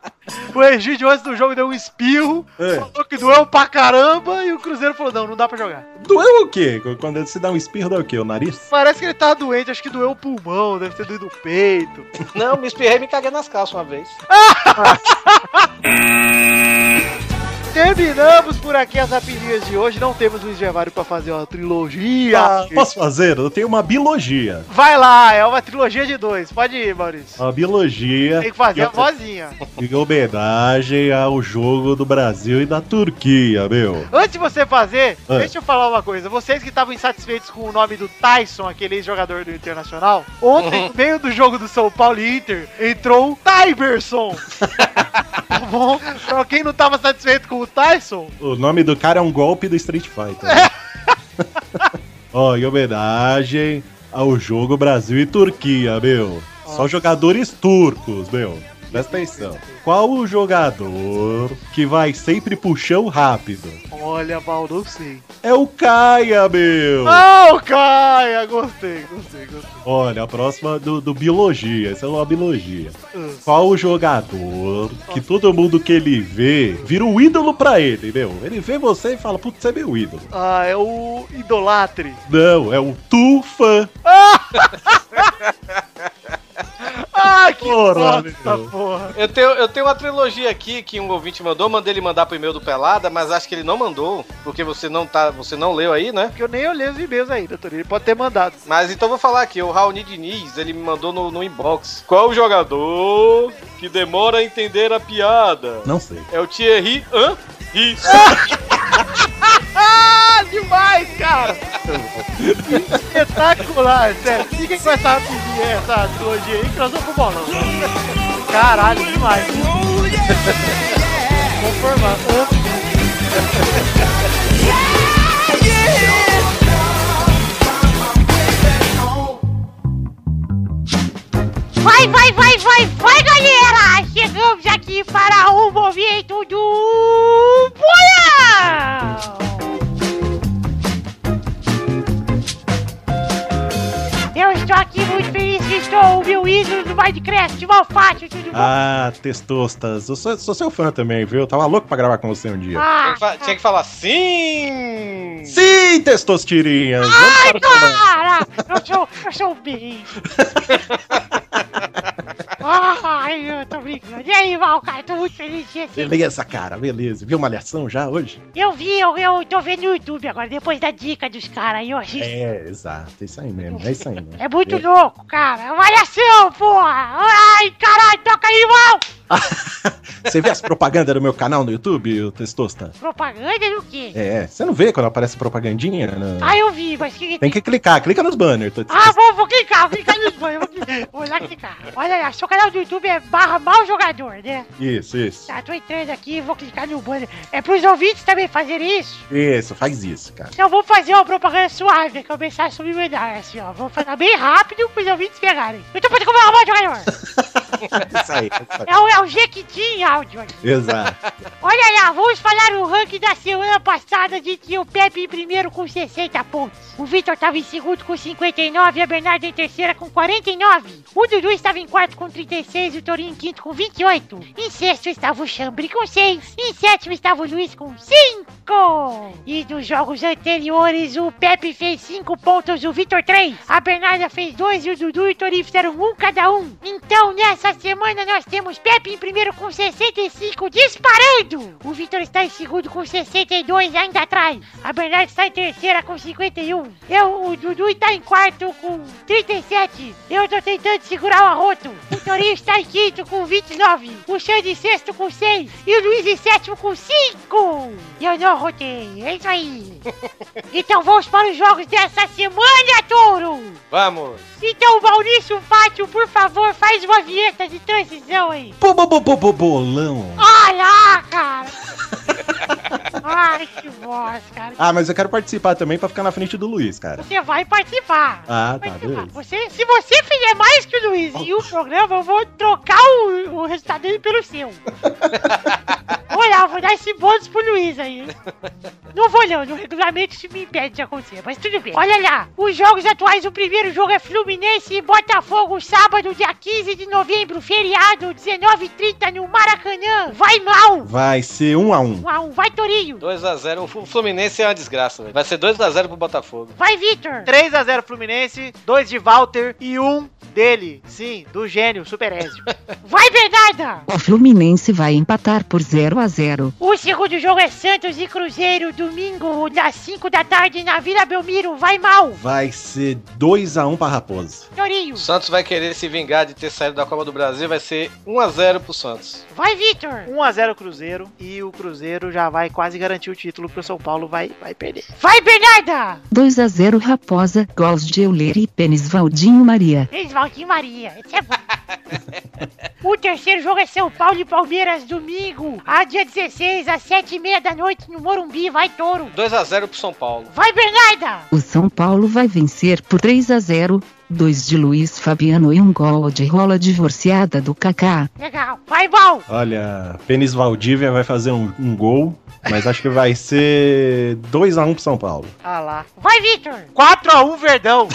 O Egídio antes do jogo deu um espirro, É. falou que doeu pra caramba e o Cruzeiro falou: não, não dá pra jogar. Doeu o quê? Quando se dá um espirro, dá o quê? O nariz? Parece que ele tava doente, acho que doeu o pulmão, deve ter doído o peito. Não, me espirrei e me caguei nas calças uma vez. Terminamos por aqui as rapidinhas de hoje. Não temos Luiz Gervário pra fazer uma trilogia. Ah, Posso fazer? Eu tenho uma biologia. Vai lá, é uma trilogia de dois. Pode ir, Maurício. Uma biologia. Tem que fazer em a vozinha. em homenagem ao jogo do Brasil e da Turquia, meu. Antes de você fazer, É. deixa eu falar uma coisa. Vocês que estavam insatisfeitos com o nome do Tyson, aquele jogador do Internacional, ontem, no meio do jogo do São Paulo e Inter, entrou o Tyberson. tá bom? Pra quem não tava satisfeito com o Tyson, O nome do cara é um golpe do Street Fighter. né? Ó, em homenagem ao jogo Brasil e Turquia, meu. Só jogadores turcos, meu. Presta atenção. Qual o jogador que vai sempre puxão rápido? olha, mal, não sei. É o Caia, meu! Não, Caia! Gostei, gostei, gostei. Olha, a próxima do, do Biologia. Essa é uma Biologia. Hum. Qual o jogador que todo mundo que ele vê vira um ídolo pra ele, meu? Ele vê você e fala, putz, você é meu ídolo. Ah, é o idolatre. Não, é o Tufa. Ah, que Porra, bosta, meu. porra. Eu tenho, eu tenho uma trilogia aqui que um ouvinte mandou, mandei ele mandar pro e-mail do Pelada, mas acho que ele não mandou, porque você não tá, você não leu aí, né? Porque eu nem olhei os e-mails ainda, Tony. Ele pode ter mandado. Mas então vou falar aqui, o Raoni Diniz, ele me mandou no, no inbox. Qual o jogador que demora a entender a piada? Não sei. É o Thierry Hã? Ri. Ah, demais, cara! Espetacular, sério. Fiquem com essa rapidinha, essa trilogia aí que nós vamos pro bolão. Caralho, demais. Conformar. Vai, vai, vai, vai, vai, galera! Chegamos aqui para o momento do bolão! Eu estou aqui muito feliz que estou o meu ídolo do Minecraft, Malfátio, tudo bom? Ah, Testostas. Eu sou, sou seu fã também, viu? Eu tava louco pra gravar com você um dia. Ah, Tinha que falar sim! Sim, Testostirinhas! ai, cara! Eu sou, eu sou bem. Ai, eu tô brincando. E aí, Mal, cara, tô muito feliz de ser Beleza, cara, beleza. Viu Malhação já hoje? Eu vi, eu, eu tô vendo no YouTube agora, depois da dica dos caras aí, eu assisto. É, exato. É isso aí mesmo, é isso aí mesmo. É muito louco, cara. Malhação, porra! Ai, caralho, toca aí, irmão! Você vê as propagandas do meu canal no YouTube, o Testosta? Propaganda do quê? É, você não vê quando aparece propagandinha? né? Ah, eu vi, mas que. Tem que clicar, clica nos banners. tô- Ah, vou, vou clicar, vou clicar no banho, vou, clicar, vou lá clicar. Olha lá, seu canal do YouTube é barra mal jogador, né? Isso, isso. Tá, tô entrando aqui, vou clicar no banner. É pros ouvintes também fazerem isso? Isso, faz isso, cara. Então vou fazer uma propaganda suave, né, que eu mensagem subliminar, assim, ó. Vou falar bem rápido pros ouvintes pegarem. Então pode comer uma mão, jogador! Isso aí, isso aí. É o, é o Jequiti em áudio. Exato. Olha lá, vamos falar o ranking da semana passada. A gente tinha o Pepe em primeiro com 60 pontos. O Vitor estava em segundo com 59. A Bernarda em terceira com 49. O Dudu estava em quarto com 36. O Torinho em quinto com 28. Em sexto estava o Chambre com 6. Em sétimo estava o Luiz com 5. E nos jogos anteriores, o Pepe fez 5 pontos, o Vitor 3. A Bernarda fez 2 e o Dudu e o Torinho fizeram 1 um cada um. Então, nessa semana, nós temos Pepe em primeiro com 65, disparando. O Vitor está em segundo com 62, ainda atrás. A Bernarda está em terceira com 51. Eu, o Dudu está em quarto com 37. Eu tô tentando segurar o arroto. O Torinho está em quinto com 29. O Xande em sexto com 6. E o Luiz em sétimo com 5. Eu não arrotei. É isso aí. Então vamos para os jogos dessa semana, Touro. Vamos! Então, Maurício Fátio, por favor, faz uma vinheta de transição aí. Bo- bo- bo- bo- bo- Bolão. Olha lá, cara. Ai, que voz, cara. Ah, mas eu quero participar também pra ficar na frente do Luiz, cara. Você vai participar. Ah, tá, Vai participar. beleza. Você, se você fizer mais que o Luiz em um programa, eu vou trocar o, o resultado dele pelo seu. Olha, eu vou dar esse bônus pontos pro Luiz aí. Não vou não, no regulamento isso me impede de acontecer, mas tudo bem. Olha lá, os jogos atuais, o primeiro jogo é Fluminense e Botafogo, sábado, dia 15 de novembro, feriado, 19h30 no Maracanã. Vai mal! Vai ser um a um. Um a um, vai Torinho! 2x0. O Fluminense é uma desgraça, velho. Vai ser 2x0 pro Botafogo. Vai Vitor! 3x0 Fluminense, 2 de Walter e 1 dele. Sim, do gênio, Super Ezio. Vai Bernarda! O Fluminense vai empatar por 0 a 0. O segundo jogo é Santos e Cruzeiro, domingo, às 5 da tarde, na Vila Belmiro. Vai mal! Vai ser 2 a 1 pra Raposa. Torinho! O Santos vai querer se vingar de ter saído da Copa do Brasil. Vai ser 1x0 pro Santos. Vai Vitor! 1x0 Cruzeiro e o Cruzeiro já vai quase garantir o título pro São Paulo, vai, vai perder. Vai Bernarda! 2 a 0 Raposa, gols de Euler e Pênis Valdinho Maria. Esvaldo e Maria. Esse é bom. o terceiro jogo é São Paulo e Palmeiras, domingo, a dia 16, às 7h30 da noite, no Morumbi. Vai, Touro! 2x0 pro São Paulo. Vai, Bernarda! O São Paulo vai vencer por 3 a 0, dois de Luiz Fabiano e um gol de rola divorciada do Kaká. Legal. Vai, Val! Olha, Pênis Valdívia vai fazer um, um gol, mas acho que vai ser 2 a 1 pro São Paulo. Ah lá. Vai, Vitor! 4x1 Verdão.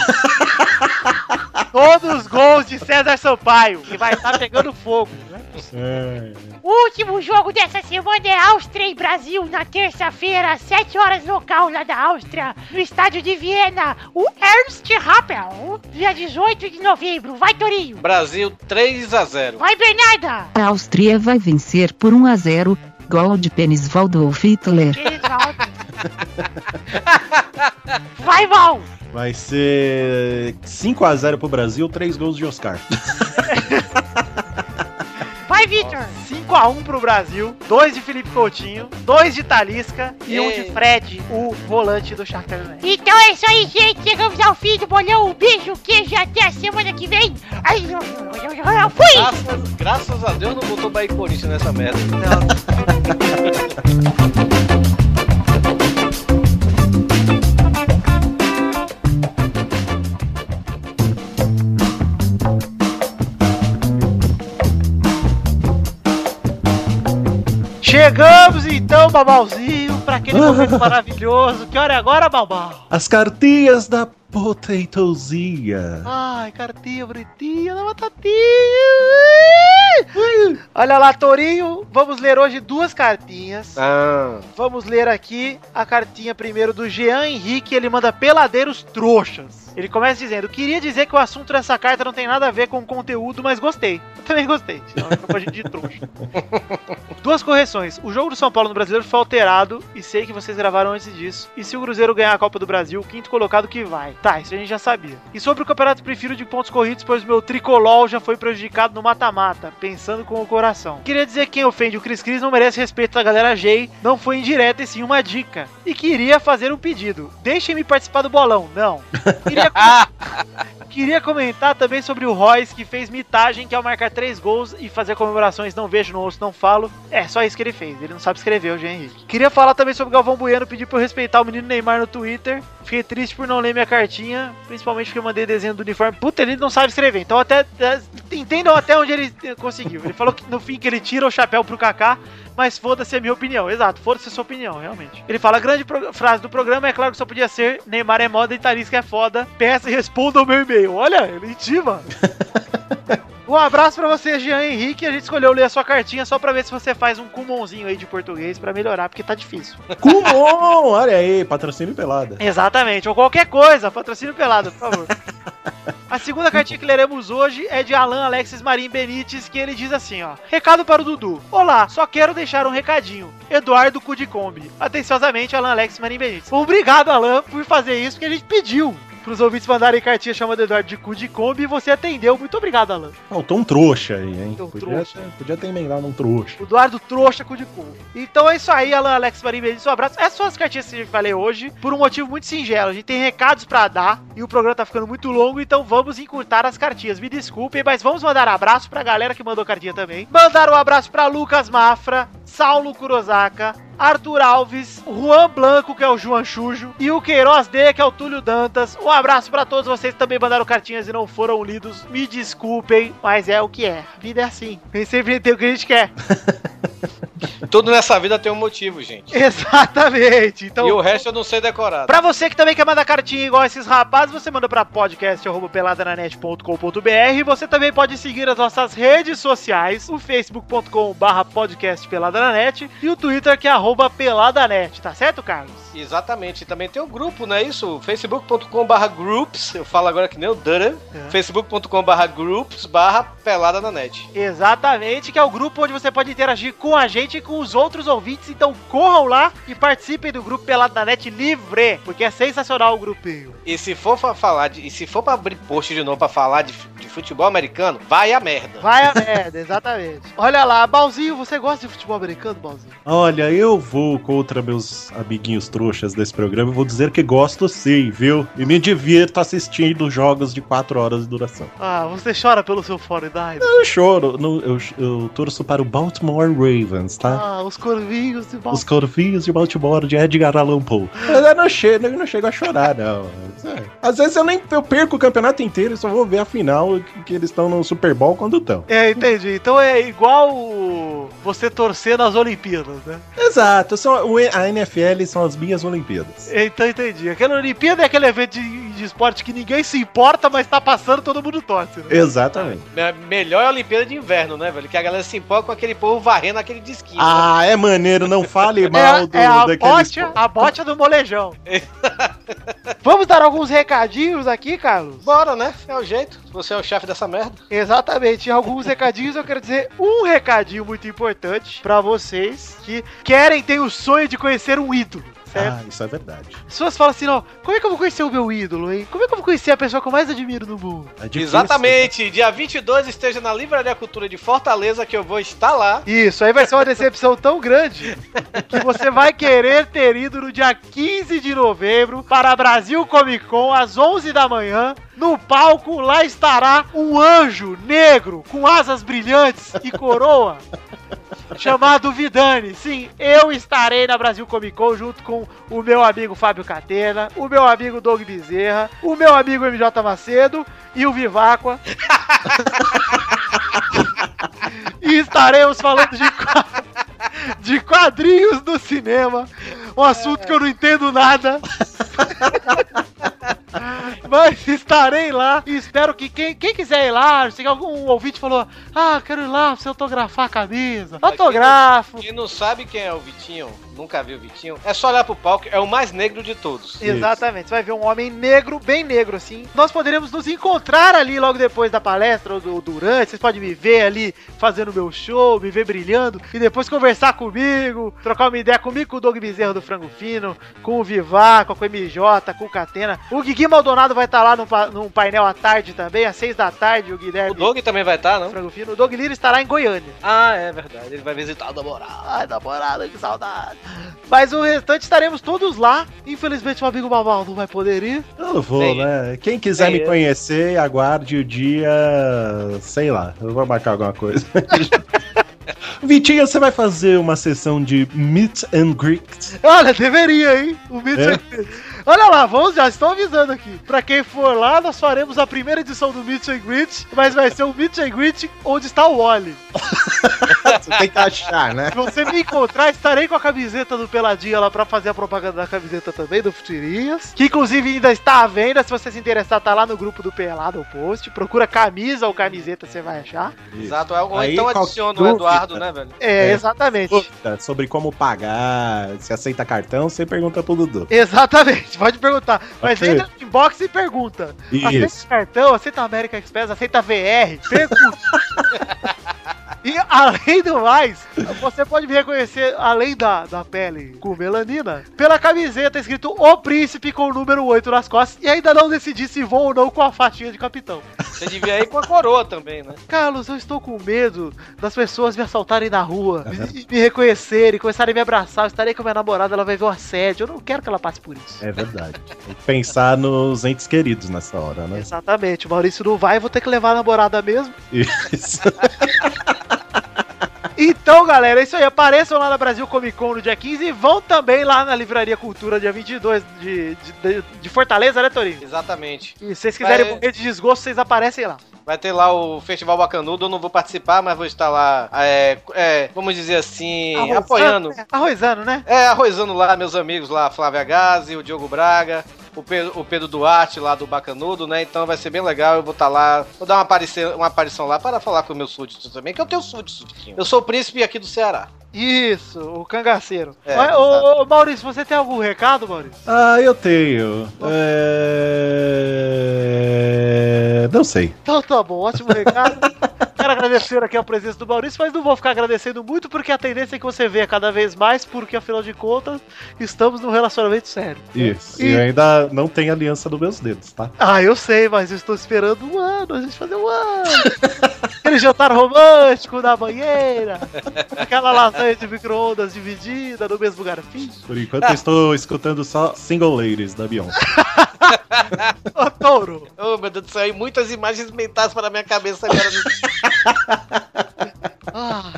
Todos os gols de César Sampaio, que vai estar pegando fogo. Né? É. O último jogo dessa semana é Áustria e Brasil, na terça-feira, às 7 horas local lá da Áustria, no estádio de Viena, o Ernst Happel, dia 18 de novembro. Vai, Torinho! Brasil 3x0. Vai, Bernarda! A Áustria vai vencer por 1 a 0, gol de Pênis Waldolf Hitler. Esvaldo. Vai, Val! Vai ser 5 a 0 pro Brasil, 3 gols de Oscar. Vai, Vitor! 5x1 pro Brasil, 2 de Felipe Coutinho, 2 de Talisca e 1 um de Ei. Fred, o volante do Shakhtar Donetsk. Então é isso aí, gente. Chegamos ao fim do bolão. Um beijo, queijo e até a semana que vem. Ai, eu- eu- eu- eu- eu fui! Graças, graças a Deus não botou Bahia e Corinthians nessa merda. Então, Chegamos então, Babalzinho, pra aquele momento maravilhoso. Que hora é agora, Babal? As cartinhas da Potatosia. Ai, cartinha bonitinha da batatinha. Olha lá, Torinho, vamos ler hoje duas cartinhas. Ah, Vamos ler aqui a cartinha primeiro do Jean Henrique, ele manda peladeiros trouxas. Ele começa dizendo: Queria dizer que o assunto dessa carta não tem nada a ver com o conteúdo, mas gostei. Eu também gostei. Senão eu chamo a gente de trouxa. Duas correções. O jogo do São Paulo no Brasileiro foi alterado e sei que vocês gravaram antes disso. E se o Cruzeiro ganhar a Copa do Brasil, o quinto colocado que vai. Tá, isso a gente já sabia. E sobre o campeonato, prefiro de pontos corridos, pois meu tricolol já foi prejudicado no mata-mata, pensando com o coração. Queria dizer que quem ofende o Cris Cris não merece respeito da galera J, não foi indireta e sim uma dica. E queria fazer um pedido. Deixem-me participar do bolão. Não. Queria Queria comentar também sobre o Royce, que fez mitagem, que ao marcar três gols e fazer comemorações não vejo, não ouço, não falo. É, só isso que ele fez. Ele não sabe escrever, o Jean Henrique. Queria falar também sobre o Galvão Bueno, pedir pra eu respeitar o menino Neymar no Twitter. Fiquei triste por não ler minha cartinha, principalmente porque eu mandei desenho do uniforme. Puta, ele não sabe escrever. Então até... até- Entendam até onde ele eh, conseguiu. Ele falou que no fim que ele tira o chapéu pro Kaká, mas foda-se a minha opinião. Exato, foda-se a sua opinião, realmente. Ele fala: a grande pro- frase do programa é claro que só podia ser Neymar é moda e Talisca é foda. Peça e responda o meu e-mail. Olha, ele intima. Um abraço pra você, Jean Henrique. A gente escolheu ler a sua cartinha só pra ver se você faz um cumonzinho aí de português pra melhorar, porque tá difícil. Kumon! Olha aí, patrocínio pelada. Exatamente, ou qualquer coisa, patrocínio pelado, por favor. A segunda cartinha que leremos hoje é de Alan Alexis Marim Benites, que ele diz assim, ó. Recado para o Dudu. Olá, só quero deixar um recadinho. Eduardo Cudicombi. Atenciosamente, Alan Alexis Marim Benites. Obrigado, Alan, por fazer isso, porque a gente pediu pros ouvintes mandarem cartinha chamando Eduardo de Cudicombi e você atendeu. Muito obrigado, Alan. Faltou um trouxa aí, hein? Então, Podia, trouxa. ter- podia ter emendado um trouxa. O Eduardo trouxa com de cu. Então é isso aí, Alan Alex Marim Benítez, um abraço. Essas são as cartinhas que eu falei hoje, por um motivo muito singelo. A gente tem recados pra dar e o programa tá ficando muito longo, então vamos encurtar as cartinhas. Me desculpem, mas vamos mandar abraço pra galera que mandou cartinha também. Mandar um abraço pra Lucas Mafra, Saulo Kurosaka, Arthur Alves, Juan Blanco, que é o Juan Chujo, e o Queiroz D, que é o Túlio Dantas. Um abraço pra todos vocês que também mandaram cartinhas e não foram lidos. Me desculpem, mas é o que é. A vida é assim. Nem sempre tem o que a gente quer. Tudo nessa vida tem um motivo, gente. Exatamente. Então, E o resto eu não sei decorar. Pra você que também quer mandar cartinha igual esses rapazes, você manda pra podcast.peladananet.com.br. Você também pode seguir as nossas redes sociais, o facebook.com barra podcastpeladananet e o twitter que é arroba peladanet, tá certo, Carlos? Exatamente. E Também tem o grupo, não é isso? facebook.com/barra groups. Eu falo agora que nem o Dura. É. facebook.com/barra groups barra pelada na net. Exatamente, que é o grupo onde você pode interagir com a gente e com os outros ouvintes. Então corram lá e participem do grupo Pelada na Net livre, porque é sensacional o grupinho. E se for pra falar de, e se for pra abrir post de novo pra falar de, fu- de futebol americano, vai a merda. Vai a merda, exatamente. Olha lá, Balzinho, você gosta de futebol americano, Balzinho? Olha, eu vou contra meus amiguinhos trouxas desse programa. eu Vou dizer que gosto sim, viu? E me divirto assistindo jogos de 4 horas de duração. Ah, você chora pelo seu 49. Eu choro. no- eu, eu torço para o Baltimore Ravens, tá? Ah, os corvinhos de Os Balzinho. Corvinhos de Baltimore de Edgar Allan Poe. Mas eu não chego, eu não chego a chorar, não. É. Às vezes eu nem eu perco o campeonato inteiro e só vou ver a final que, que eles estão no Super Bowl quando estão. É, entendi. Então é igual o- você torcer nas Olimpíadas, né? Exato, são, o- a NFL são as minhas Olimpíadas. Então entendi. Aquela Olimpíada é aquele evento de, de esporte que ninguém se importa, mas tá passando, todo mundo torce, né? Exatamente. Me- Melhor é a Olimpíada de Inverno, né, velho? Que a galera se empolga com aquele povo varrendo aquele disquinho. Ah, é maneiro, não fale mal do, É, a- é a, daquele bote, esporte. a bote do molejão. Vamos dar alguns recadinhos aqui, Carlos? Bora, né? É o jeito. Você é o chefe dessa merda. Exatamente, em alguns recadinhos eu quero dizer um recadinho muito importante pra vocês que querem, têm o sonho de conhecer um ídolo, certo? Ah, isso é verdade. As pessoas falam assim, ó, como é que eu vou conhecer o meu ídolo, hein? Como é que eu vou conhecer a pessoa que eu mais admiro no mundo? É difícil. Exatamente. Dia 22 esteja na Livraria Cultura de Fortaleza que eu vou estar lá. Isso, aí vai ser uma decepção tão grande que você vai querer ter ido no dia 15 de novembro para a Brasil Comic Con às 11 da manhã. No palco, lá estará um anjo negro com asas brilhantes e coroa. Chamado Vidani. Sim, eu estarei na Brasil Comic Con junto com o meu amigo Fábio Catena, o meu amigo Doug Bezerra, o meu amigo MJ Macedo e o Viváqua. e estaremos falando de, qua- de quadrinhos do cinema, um assunto que eu não entendo nada. Mas estarei lá e espero que quem, quem quiser ir lá, se algum ouvinte falou, ah, quero ir lá pra você autografar a camisa, autografo. Quem não sabe quem é o Vitinho, nunca viu o Vitinho, é só olhar pro palco, é o mais negro de todos. Exatamente, você vai ver um homem negro, bem negro assim. Nós poderemos nos encontrar ali logo depois da palestra ou do- durante. Vocês podem me ver ali fazendo meu show, me ver brilhando e depois conversar comigo, trocar uma ideia comigo, com o Doug Bezerra do Frango Fino, com o Vivaco, com o MJ, com o Catena. O Guigui Maldonado vai estar lá num, pa- num painel à tarde também, às seis da tarde. O O Guilherme Doug também vai estar, não? Frango Fino, o Doug Lira estará em Goiânia. Ah, é verdade. Ele vai visitar o namorado. Ai, namorada, que saudade. Mas o restante estaremos todos lá. Infelizmente, o amigo Babal não vai poder ir. Eu não vou, Nem- né? Quem quiser nem me eu. conhecer, aguarde o dia. Sei lá, eu vou marcar alguma coisa. Vitinho, você vai fazer uma sessão de meet and greet? Olha, deveria, hein? O Meet É? and Greet. Olha lá, vamos já, estou avisando aqui. Pra quem for lá, nós faremos a primeira edição do Meet and Greet, mas vai ser o Meet and Greet onde está o Wally. Você tem que achar, né? Se você me encontrar, estarei com a camiseta do Peladinha lá pra fazer a propaganda da camiseta também, do Futirinhas. Que inclusive ainda está à venda. Se você se interessar, tá lá no grupo do Pelado o post. Procura camisa ou camiseta, você vai achar. Exato. Ou Aí, então qualquer adiciona o dúvida. Eduardo, né, velho? É, É. exatamente. Dúvida Sobre como pagar, se aceita cartão, você pergunta pro Dudu. Exatamente, pode perguntar. Mas Ok. entra no inbox e pergunta. Aceita Isso. cartão, aceita América Express, aceita VR, pergunta. E além do mais, você pode me reconhecer, além da, da pele com melanina, pela camiseta escrito O Príncipe com o número 8 nas costas e ainda não decidi se vou ou não com a fatinha de capitão. Você devia ir com a coroa também, né? Carlos, eu estou com medo das pessoas me assaltarem na rua, me, me reconhecerem, começarem a me abraçar, eu estarei com a minha namorada, ela vai ver o assédio, eu não quero que ela passe por isso. É verdade. Tem que pensar nos entes queridos nessa hora, né? Exatamente, o Maurício não vai, vou ter que levar a namorada mesmo. Isso. Então, galera, é isso aí. Apareçam lá na Brasil Comic Con no dia 15 e vão também lá na Livraria Cultura dia 22 de, de, de, de Fortaleza, né, Torinho? Exatamente. E se vocês quiserem Vai- morrer de desgosto, vocês aparecem lá. Vai ter lá o Festival Bacanudo, eu não vou participar, mas vou estar lá, é, é, vamos dizer assim, Arrozando, apoiando. né? Arrozando, né? É, arrozando lá meus amigos lá, Flávia Gazi, o Diogo Braga, o Pedro, o Pedro Duarte lá do Bacanudo, né? Então vai ser bem legal, eu vou estar lá, vou dar uma, aparecer, uma aparição lá para falar com meus súditos também, que eu tenho súditos, Vitinho. Eu sou o príncipe aqui do Ceará. Isso, o cangaceiro. É, Mas, exato. ô, ô, Maurício, você tem algum recado, Maurício? Ah, eu tenho. É... Não sei. Então tá bom, ótimo recado. Quero agradecer aqui a presença do Maurício, mas não vou ficar agradecendo muito, porque a tendência é que você venha cada vez mais, porque afinal de contas, estamos num relacionamento sério. Isso. E- E eu ainda não tenho aliança nos meus dedos, tá? Ah, eu sei, mas eu estou esperando um ano, a gente fazer um ano. Aquele jantar romântico na banheira, aquela lasanha de micro-ondas dividida no mesmo garfinho. Por enquanto eu estou escutando só Single Ladies da Beyoncé. Ô, touro, Oh, meu Deus do céu, e muitas imagens mentais para a minha cabeça agora. ah.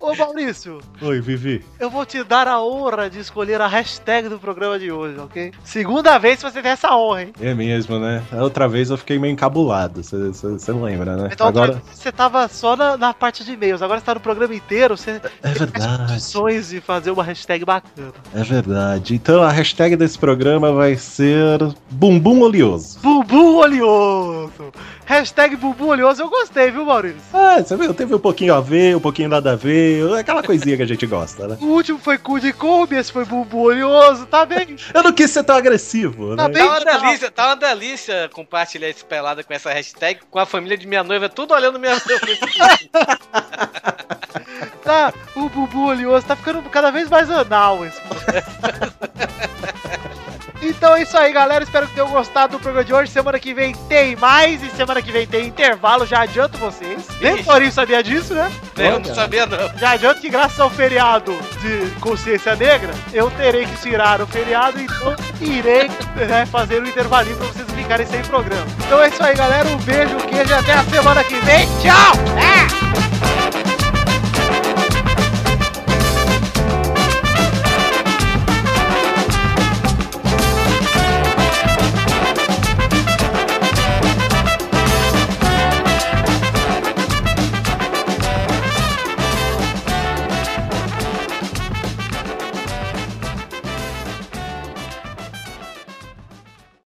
ô Maurício, Oi, Vivi. eu vou te dar a honra de escolher a hashtag do programa de hoje, ok? Segunda vez que você tem essa honra, hein? É mesmo, né? A Outra vez eu fiquei meio encabulado, você lembra, né? Então, Agora. você tava só na, na parte de e-mails, agora você tá no programa inteiro, você É verdade. sonhos de fazer uma hashtag bacana. É verdade. Então a hashtag desse programa vai ser Bumbum Oleoso. Bumbum oleoso. Hashtag bumbum oleoso eu gostei, viu, Maurício? Ah, você viu? Teve um pouquinho a ver, um pouquinho nada a ver, aquela coisinha que a gente gosta, né? O último foi cu de Kombi, esse foi bumbum oleoso, tá bem? Eu não quis ser tão agressivo, Tá né? bem? Tá uma delícia, tá uma delícia compartilhar esse pelada com essa hashtag, com a família de minha noiva, tudo olhando minha Tá, o bumbum oleoso tá ficando cada vez mais anal esse. Então é isso aí, galera. Espero que tenham gostado do programa de hoje. Semana que vem tem mais e semana que vem tem intervalo. Já adianto vocês. Nem Ixi. Maurício sabia disso, né? Eu não sabia não. Já adianto que graças ao feriado de consciência negra, eu terei que tirar o feriado, então irei né, fazer um intervalinho pra vocês ficarem sem programa. Então é isso aí, galera. Um beijo, um queijo e até a semana que vem. Tchau! Ah!